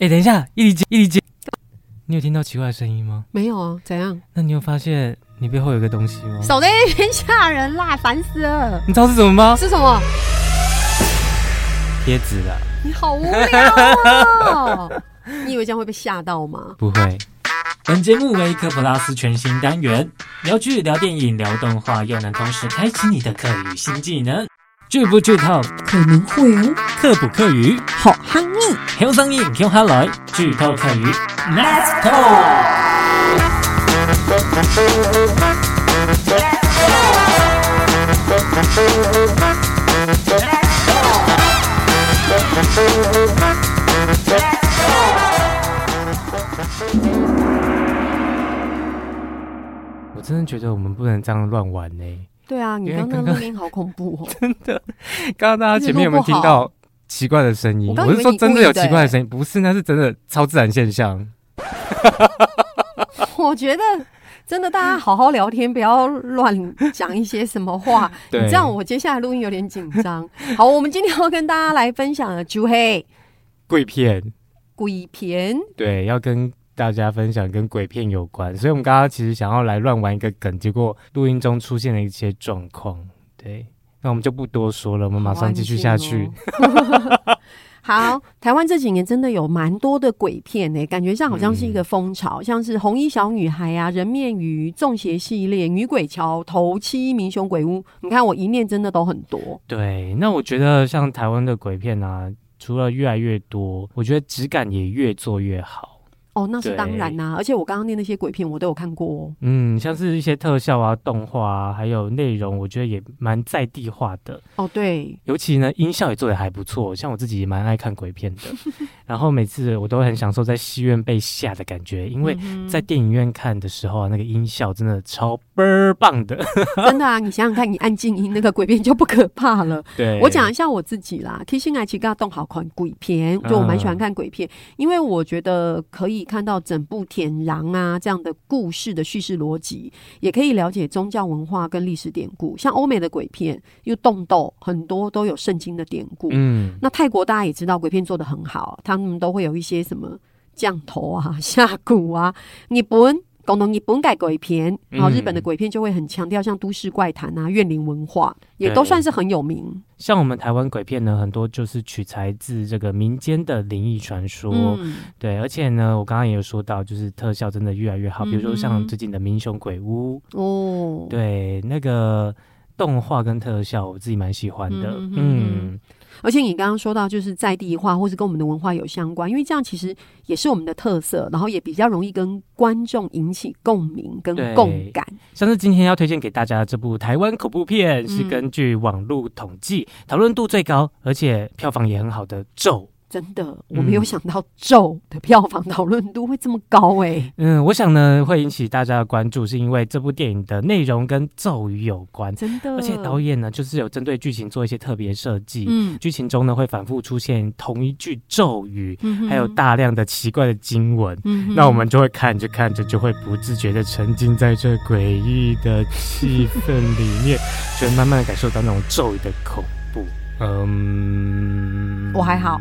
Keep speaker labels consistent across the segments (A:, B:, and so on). A: 哎、等一下，一里姐，一里姐，你有听到奇怪的声音吗？
B: 没有啊，怎样？
A: 那你有发现你背后有个东西吗？
B: 少在那边吓人啦，烦死了！
A: 你知道是什么吗？
B: 是什么？
A: 贴纸啦，
B: 你好无聊哦！ 你以为这样会被吓到吗？
A: 不会。
C: 本节目为科普拉斯全新单元，聊剧、聊电影、聊动画，又能同时开启你的课语新技能。剧不剧透，
D: 可能会哦，
C: 课不课语，
D: 好憨哦。
C: 听声音听下来，剧透课语，Let's go！
A: 我真的觉得我们不能这样乱玩呢、
B: 对啊，你
A: 因为
B: 刚
A: 刚
B: 刚那
A: 刚
B: 录音好恐 怖哦！
A: 刚刚大家前面有没有听到奇怪的声音？
B: 我
A: 我
B: 刚以为
A: 是说
B: 你
A: 真的有奇怪
B: 故意的欸
A: 的声音，不是，那是真的超自然现象。
B: 我觉得真的，大家好好聊天，不要乱讲一些什 么话。你
A: 对
B: 这样我接下来录音有点紧张。好，我们今天要跟大家来分享的《朱黑
A: 鬼片，
B: 鬼片》，
A: 对，要跟大家分享跟鬼片有关，所以我们刚刚其实想要来乱玩一个梗，结果录音中出现了一些状况。对，那我们就不多说了，我们马
B: 啊
A: 上继
B: 哦
A: 续下去。
B: 好安静哦。 好，台湾这几年真的有蛮多的鬼片呢、感觉上好像是一个风
A: 嗯
B: 潮，像是《红衣小女孩》啊，《人面鱼》、《中邪》系列、《女鬼桥》、《头七》、《民雄鬼屋》，你看我一念真的都很多。
A: 对，那我觉得像台湾的鬼片啊，除了越来越多，我觉得质感也越做越好。
B: 哦，那是
A: 对
B: 当然啦、而且我刚刚念那些鬼片，我都有看过哦。
A: 嗯，像是一些特效啊、动画啊，还有内容，我觉得也蛮在地化的。
B: 哦，对，
A: 尤其呢，音效也做得还不错，像我自己也蛮爱看鬼片 的。然后每次我都很享受在戏院被吓的感觉，因为
B: 嗯哼
A: 在电影院看的时候啊，那个音效真的超倍儿棒 的。
B: 真的啊，你想想看，你按静音，那个鬼片就不可怕了。
A: 对
B: 我讲一下我自己啦，提醒爱奇嘎动好看鬼片，就我蛮喜
A: 嗯
B: 欢看鬼片，因为我觉得可以看到整部舔狼啊这样的故事的叙事逻辑，也可以了解宗教文化跟历史典故。像欧美的鬼片，又动斗很多都有圣经的典故。
A: 嗯，
B: 那泰国大家也知道，鬼片做的很好，他们都会有一些什么降头啊、 下蛊啊。日本，广东日本改鬼片，然后日
A: 嗯
B: 本的鬼片就会很强调像都市怪谈啊、怨灵文化，也都
A: 对
B: 算是很有名。
A: 像我们台湾鬼片呢，很多就是取材自这个民间的灵异传说。
B: 嗯，
A: 对，而且呢，我刚刚也有说到，就是特效真的越来越好，比如说
B: 嗯
A: 像
B: 哼
A: 最近的《民雄鬼屋》
B: 哦，
A: 对，那个动画跟特效我自己蛮喜欢的。
B: 嗯哼
A: 嗯，
B: 而且你刚刚说到就是在地化，或是跟我们的文化有相关，因为这样其实也是我们的特色，然后也比较容易跟观众引起共鸣跟
A: 对
B: 共感。
A: 像是今天要推荐给大家的这部台湾恐怖片，是
B: 嗯
A: 根据网络统计讨论度最高，而且票房也很好的《咒》。
B: 真的，我没有想到《咒》的票房讨论度会这么高哎、
A: 嗯，我想呢会引起大家的关注，是因为这部电影的内容跟咒语有关，
B: 真的。
A: 嗯而且导演呢就是有针对剧情做一些特别设计。
B: 嗯，
A: 剧情中呢会反复出现同一句咒语，
B: 嗯哼
A: 还有，大量的奇怪的经文。
B: 嗯哼
A: 那我们就会看着看着就会不自觉的沉浸在这诡异的气氛里面，就会慢慢的感受到那种咒语的恐怖。嗯，
B: 我还好。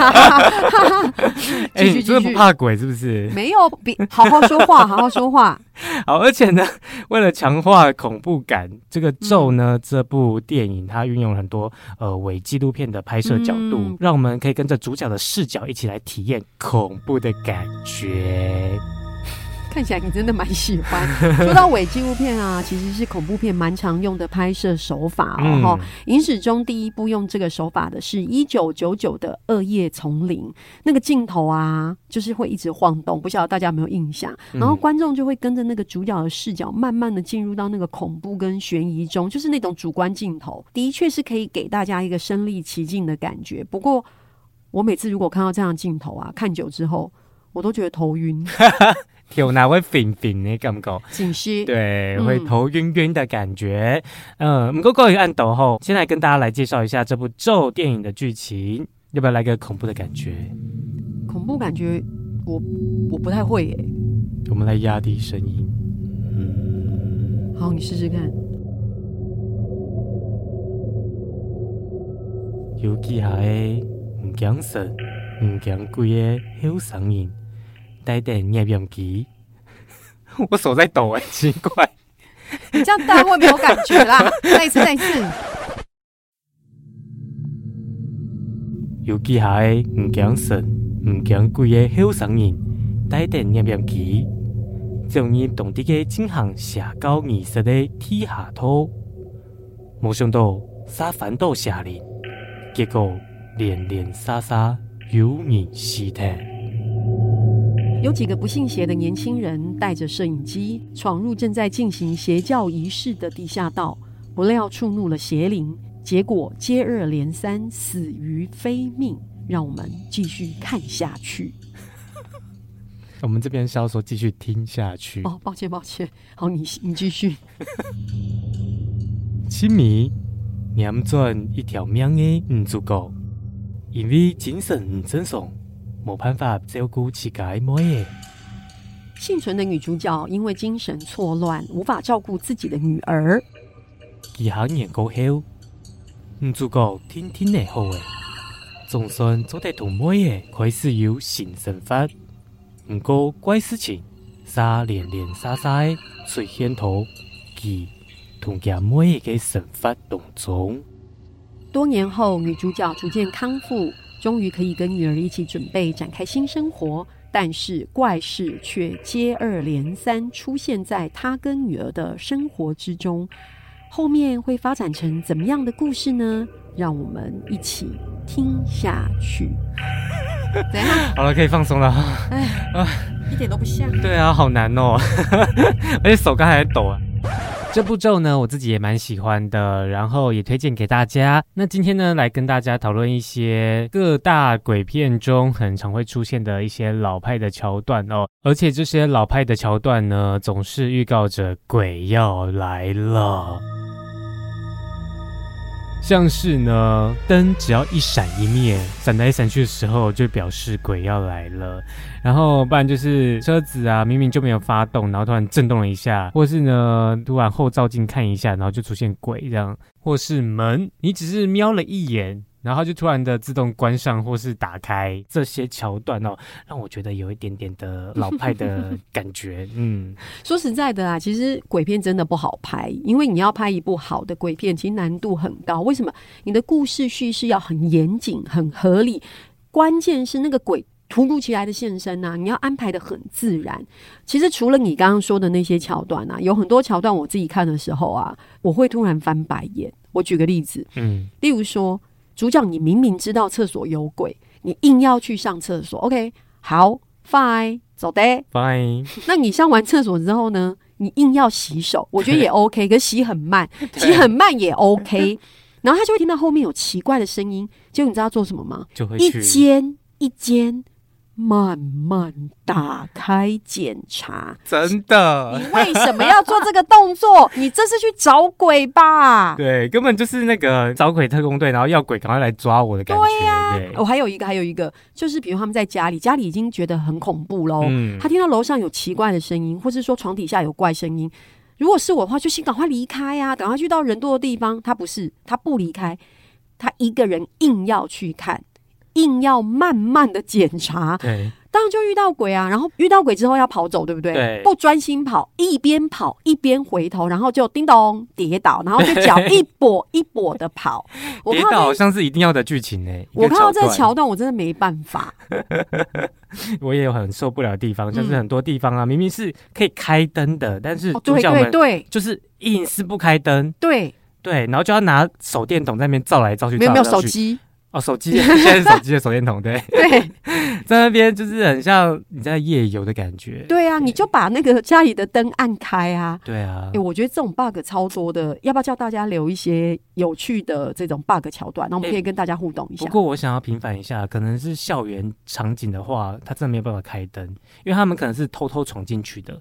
A: 哎、
B: 继续
A: 你真的
B: 继续
A: 不怕鬼是不 是？
B: 嗯没有比好好说话，好好说话。
A: 好，而且呢，为了强化恐怖感，这个咒
B: 嗯
A: 呢，这部电影它运用了很多呃伪纪录片的拍摄角度，
B: 嗯
A: 让我们可以跟着主角的视角一起来体验恐怖的感觉。
B: 看起来你真的蛮喜欢。说到伪纪录片啊，其实是恐怖片蛮常用的拍摄手法哦。哈、影史中第一部用这个手法的是一九九九的《恶夜丛林》，那个镜头啊，就是会一直晃动，不晓得大家有没有印象？
A: 嗯
B: 然后观众就会跟着那个主角的视角，慢慢的进入到那个恐怖跟悬疑中，就是那种主观镜头，的确是可以给大家一个身临其境的感觉。不过，我每次如果看到这样的镜头啊，看久之后，我都觉得头晕、
A: 天哪，会粉粉呢，感觉。
B: 紧实。
A: 对，
B: 嗯
A: 会头晕晕的感觉。嗯，我们过过一个暗斗后，先来跟大家来介绍一下这部《咒》电影的剧情。要不要来个恐怖的感觉？
B: 恐怖感觉我我不太会耶、
A: 我们来压低声音。
B: 好，你试试看。
A: 有记下诶，唔讲神，唔惊鬼个后上瘾，带点捏面皮。 我手在抖哎、奇怪。
B: 你这样大家会没有感觉啦。 再一次，再一次，
A: 尤其下个唔惊神，唔惊鬼个后上瘾，带点捏面皮。终于懂得个进行社交仪式的剃下头，没想到杀反倒下人，结果连连杀杀有人死掉。
B: 有几个不信邪的年轻人带着摄影机闯入正在进行邪教仪式的地下道，不料触怒了邪灵，结果接二连三死于非命。让我们继续看下去。
A: 我们这边是要说继续听下去。
B: 哦，抱歉，抱歉。好，你你继续。
A: 清明念转一条命的女主角，因为精神唔正常，无办法照顾自家的妹儿。
B: 幸存的女主角因为精神错乱，无法照顾自己的女儿。
A: 几下年过后，女主角天天的好诶，总算做得同妹儿开始有新生活。不过怪事情，沙连连沙沙的出现头，其同家妹儿的生活当中。
B: 多年后，女主角逐渐康复，终于可以跟女儿一起准备展开新生活。但是怪事却接二连三出现在她跟女儿的生活之中。后面会发展成怎么样的故事呢？让我们一起听下去。 怎样？
A: 好了，可以放松了。
B: 一点都不像。
A: 对啊，好难哦， 而且手刚才还抖啊。这步骤呢，我自己也蛮喜欢的，然后也推荐给大家。那今天呢，来跟大家讨论一些各大鬼片中很常会出现的一些老派的桥段哦，而且这些老派的桥段呢，总是预告着鬼要来了。像是呢，灯只要一闪一灭，闪来闪去的时候，就表示鬼要来了。然后不然就是车子啊，明明就没有发动，然后突然震动了一下，或是呢，突然后照镜看一下，然后就出现鬼这样，或是门，你只是瞄了一眼。然后它就突然的自动关上或是打开，这些桥段哦，让我觉得有一点点的老派的感觉。嗯，
B: 说实在的啊，其实鬼片真的不好拍，因为你要拍一部好的鬼片，其实难度很高。为什么？你的故事叙事要很严谨、很合理，关键是那个鬼。突如其来的现身呐、你要安排的很自然。其实除了你刚刚说的那些桥段啊，有很多桥段我自己看的时候啊，我会突然翻白眼。我举个例子，
A: 嗯，
B: 例如说，主角你明明知道厕所有鬼，你硬要去上厕所，OK，好，fine，走的。
A: 拜。
B: 那你上完厕所之后呢？你硬要洗手，我觉得也 OK，可是洗很 慢，洗很慢也 OK。然 后他就会听到后面有奇怪的声音，结果你知道他做什么吗？
A: 就会
B: 一
A: 去
B: 间一间慢慢打开检 查。
A: 真的
B: 你为什么要做这个动作？ 你这是去找鬼吧？
A: 对，根本就是那个找鬼特工队，然后要鬼赶快来抓我的感觉。对
B: 我、哦还有一个，还有一个，就是比如他们在家里，家里已经觉得很恐怖喽，
A: 嗯
B: 他听到楼上有奇怪的声音，或是说床底下有怪声音。如果是我的话，就先赶快离开呀、赶快去到人多的地方。他不是，他不离开，他一个人硬要去看，硬要慢慢的检查，
A: 对，
B: 当然就遇到鬼啊。然后遇到鬼之后要跑走，对不对？
A: 对
B: 不专心跑，一边跑一边回头，然后就叮咚跌倒，然后就 脚一跛一跛的跑。我
A: 跌
B: 看
A: 倒
B: 到
A: 好
B: 这。
A: 像是一定要的剧情呢、欸
B: 我看到这个
A: 桥
B: 桥段，我真的没办法。
A: 段，我也有很受不了的地方，就是
B: 嗯
A: 很多地方啊，明明是可以开灯的，但是
B: 哦，
A: 主
B: 对
A: 角
B: 对
A: 们
B: 对
A: 就是硬是不开灯，
B: 对，
A: 对，然后就要拿手电筒在那边照来照去，
B: 没有
A: 照
B: 没
A: 来
B: 有
A: 照
B: 手
A: 去
B: 机，
A: 哦，手机 现在是手机的手电筒，对，
B: 对
A: 在那边就是很像你在夜游的感觉，
B: 对啊，你就把那个家里的灯按开啊。
A: 对啊
B: 哎、，我觉得这种 bug 超多的，要不要叫大家留一些有趣的这种 bug 桥段？那我们
A: 哎
B: 可以跟大家互动一
A: 不
B: 下。
A: 过我想要平反一下，可能是校园场景的话，他真的没有办法开灯，因为他们可能是偷偷闯进去的。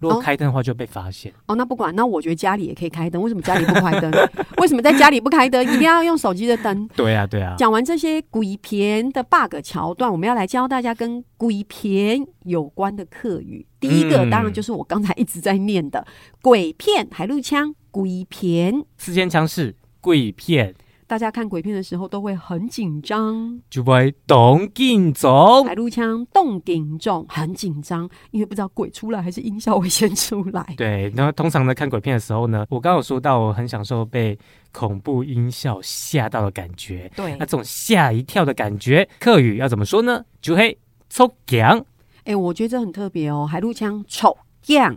A: 如果
B: 哦
A: 开灯的话，就被发 现。
B: 哦，那不管，那我觉得家里也可以开灯。为什么家里不开灯？为什么在家里不开灯？一定要用手机的 灯？
A: 对啊，对啊，
B: 讲完这些鬼片的 bug 桥段，我们要来教大家跟鬼片有关的客语。第一个
A: 嗯
B: 当然就是我刚才一直在念的、鬼片、海陆枪、鬼片。
A: 四间枪是鬼片，
B: 大大家看鬼片的时候都会很紧张，
A: 就会动劲走
B: 海。陆腔动顶重，很紧张，因为不知道鬼出来还是音效会先出来。
A: 对，然后通常呢，看鬼片的时候呢，我刚刚有说到，我很享受被恐怖音效吓到的感觉。
B: 对，
A: 那这种吓一跳的感觉，客语要怎么说呢？就嘿，抽奖
B: 哎、我觉得这很特别哦。海陆腔“丑样”，“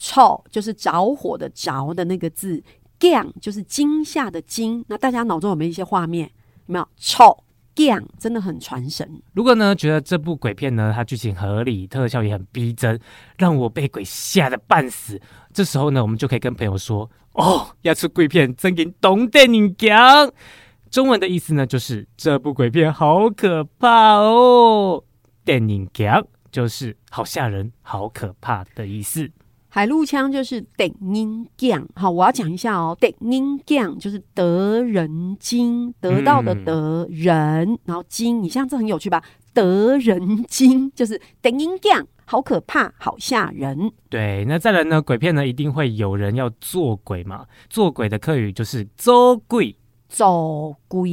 B: 丑”就是着火的“着”的那个字，“样”就是惊吓的“惊”。那大家脑中有没有一些画面？有没有“丑样”真的很传神。
A: 如果呢觉得这部鬼片呢，它剧情合理，特效也很逼真，让我被鬼吓得半死，这时候呢，我们就可以跟朋友说：“哦，要出鬼片，真给懂得你讲。”中文的意思呢，就是这部鬼片好可怕哦，电影讲就是好吓人、好可怕的意思。
B: 海陆腔就是“顶音降”，好，我要讲一下哦，“顶音降”就是得人惊，得到的得人，然后惊，你像这很有趣吧？得人惊就是“顶音降”，好可怕，好吓人。
A: 对，那再来呢，鬼片呢一定会有人要做鬼嘛，做鬼的客语就是做鬼。
B: 走鬼，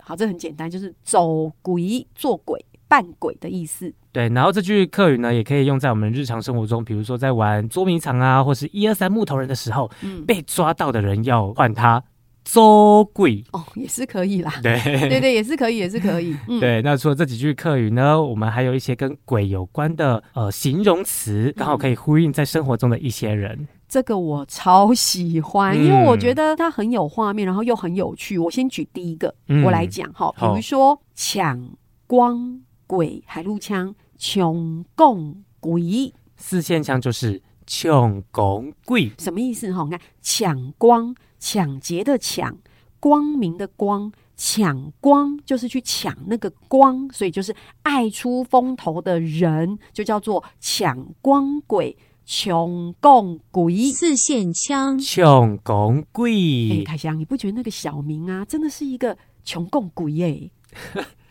B: 好，这很简单，就是走鬼、做鬼、扮鬼的意思。
A: 对，然后这句客语呢，也可以用在我们日常生活中，比如说在玩捉迷藏啊，或是一二三木头人的时候，
B: 嗯，
A: 被抓到的人要唤他捉鬼。
B: 哦，也是可以啦。
A: 对。
B: 对对，也是可以，也是 可以。嗯，
A: 对，那除了这几句客语呢，我们还有一些跟鬼有关的呃形容词，刚好可以呼应在生活中的一些人。
B: 这个我超喜欢，
A: 嗯
B: 因为我觉得它很有画面，然后又很有趣。我先举第一个，
A: 嗯
B: 我来讲哈，比
A: 好
B: 如说抢光鬼、海陆腔、穷共鬼，
A: 四线腔就是穷拱鬼，
B: 什么意思哈？你看抢光，抢劫的抢，光明的光，抢光就是去抢那个光，所以就是爱出风头的人就叫做抢光鬼、穷共鬼。
D: 四线腔，
A: 穷拱
B: 哎、
A: 鬼。
B: 凯翔，你不觉得那个小明啊，真的是一个穷共鬼耶、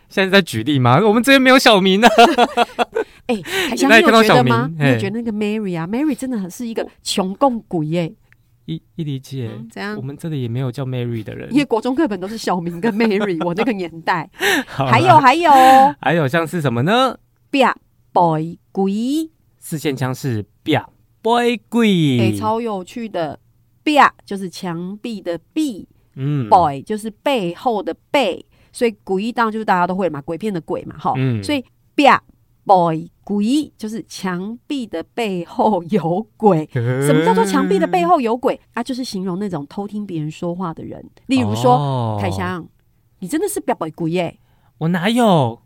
A: 现在在举例吗？我们这边没有小明呢、
B: 嗯哎、 凯翔，
A: 那
B: 你
A: 你
B: 有
A: 看到
B: 觉得
A: 小
B: 吗
A: 明？
B: 你有
A: 嘿
B: 觉得那个 Mary 啊，Mary 真的很是一个穷共鬼耶、
A: 一一理解，
B: 嗯怎样
A: 我？们这里也没有叫 Mary 的人
B: 因。为国中课本都是小明跟 Mary，我那个年代，
A: 好啦
B: 还有还有，
A: 还有像是什么呢？
B: 啪 boy 鬼，
A: 四线腔是 bia boy 鬼，
B: 哎、超有趣的。啪就是墙壁的壁
A: 嗯
B: ，boy 就是背后的背，所以鬼当然就是大家都会嘛，鬼片的鬼嘛，哈、
A: 嗯
B: 所以啪 boy 鬼就是墙壁的背后有鬼。什
A: 什
B: 么叫做墙壁 的背？后有鬼啊？就是形容那种偷听别人说话的人，例如说、
A: 嗯哦
B: 凯，翔，你真的是表鬼鬼耶，
A: 我哪有？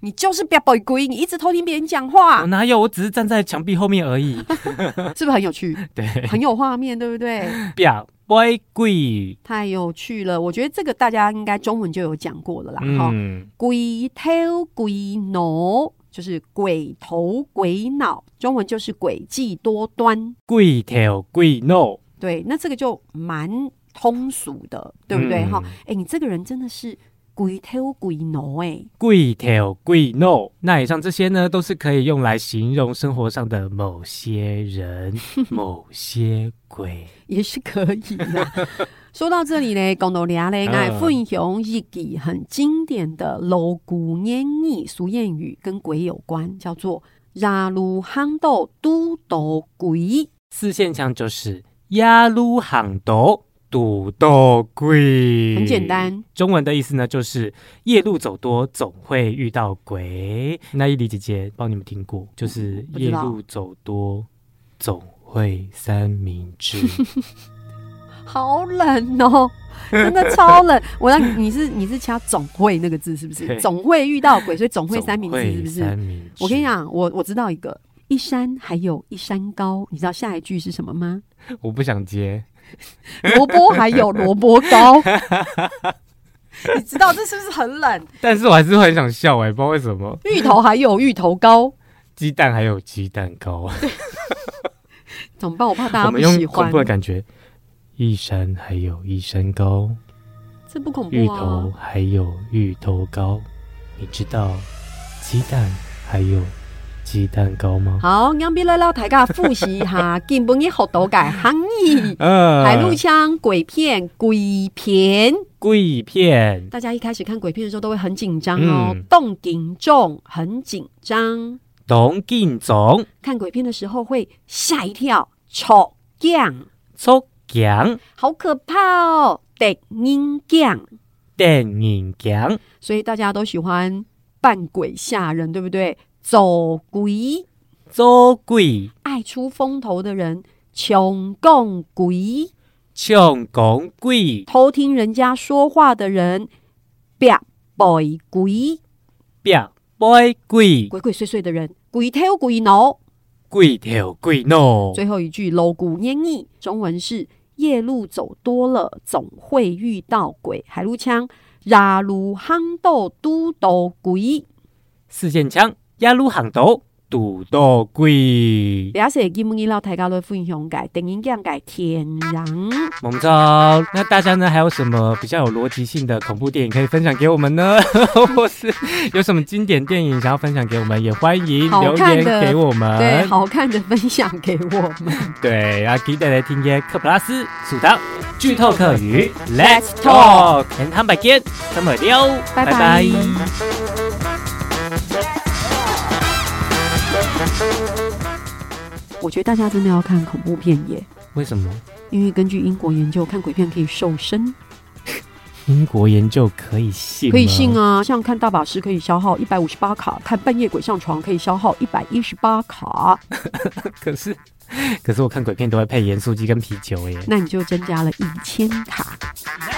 B: 你就是表鬼鬼，你一直偷听别人讲话
A: 我，哪有？我只是站在墙壁后面而已。
B: 是不是很 有趣？
A: 对
B: 很有画面， 对不对？
A: ，bia boy 鬼，
B: 太有趣了，我觉得这个大家应该中文就有讲过了啦，啊哈、
A: 嗯，
B: 鬼头鬼脑就是鬼头鬼脑，中文就是诡计多端。
A: 鬼头鬼脑，
B: 对，那这个就蛮通俗的，对不对？
A: 嗯
B: 哈、哎，你这个人真的是鬼头鬼脑哎。
A: 鬼头鬼脑。那以上这些呢，都是可以用来形容生活上的某些 人、某些鬼。
B: 也是可以的。 说到这里呢，讲到俩嘞，
A: 嗯
B: 爱凤雄一句很经典的老古谚语俗谚语跟鬼有关，叫做“拉路夯斗都斗鬼
A: 四线腔就是压撸行斗赌斗”，鬼，
B: 很简。单。
A: 中文的意思呢，就是夜路走多，总会遇到鬼。那伊犁姐姐帮你们听过，就是
B: 嗯不
A: 夜
B: 知道
A: 路走多，总会三明治。
B: 好冷哦，真的超冷。我让你你是你是掐总会那个字是不
A: 对
B: 是？总会遇到鬼，所以总 会
A: 总
B: 三明治是不
A: 三
B: 是？
A: 明治
B: 我跟你，讲，我我知道一个。一山还有一山高，你知道下一句是什 么吗？
A: 我不想接。
B: 萝卜还有萝卜 糕。你知道这是不是很冷？
A: 但是我还是很想笑哎、不知道为什么。
B: 芋头还有芋头糕，
A: 鸡蛋还有鸡蛋糕，
B: 怎么办？我怕大
A: 我
B: 家不
A: 们用
B: 喜
A: 恐
B: 欢
A: 怖。的感觉。一山还有一山高，
B: 这不恐
A: 芋
B: 怖啊
A: 头！还有芋头糕，你知道鸡蛋还有鸡蛋糕吗？
B: 好，让比乐乐大家复习一 下，根本一学到嘅含义。
A: 呃
B: 海陆腔、鬼片、鬼片，
A: 贵片，
B: 大家一开始看鬼片的时候都会很紧张哦
A: 嗯，
B: 动顶重，很紧张。
A: 董进总，
B: 看鬼片的时候会吓一跳，丑降，
A: 出强，
B: 好可怕哦，得阴降。
A: 电影强，
B: 所以大家都喜欢扮鬼吓人，对不对？走鬼，
A: 做鬼，
B: 爱出风头的人，穷共鬼，
A: 抢公鬼，
B: 偷听人家说话的人，表鬼鬼，
A: 表背鬼，
B: 鬼鬼祟祟的人，鬼头鬼脑。
A: 鬼头鬼脑，
B: 最后一句搂骨烟意，中文是夜路走多了，总会遇到鬼。海陆腔，拉路夯斗都斗鬼。
A: 四件枪，压路行头，赌到鬼，
B: 俩写金门一老大家都分享改，等于讲改天然。
A: 蒙招。那大家呢，还有什么比较有逻辑性的恐怖电影可以分享给我们 呢？或是有什么经典电影想要分享给我们，也欢迎
B: 好
A: 留
B: 看
A: 言
B: 的
A: 给我们。
B: 对，好看的分享给我们。
A: 对，啊，期待来听耶克普拉斯属堂剧透课语
B: Let's
A: Let's
B: talk
A: Talk，and 坦白见，那么聊，
B: 拜拜。 我觉得大家真的要看恐怖片耶，
A: 为什么
B: 因为根据英国研究，看鬼片可以瘦身，
A: 英国研究可以信？
B: 可以信！啊。像看大法师可以消耗一百五十八卡，看半夜鬼上床可以消耗一百一十八卡，
A: 可是，可是我看鬼片都会配盐酥鸡跟啤酒耶。
B: 那你就增加了一千卡。
C: 来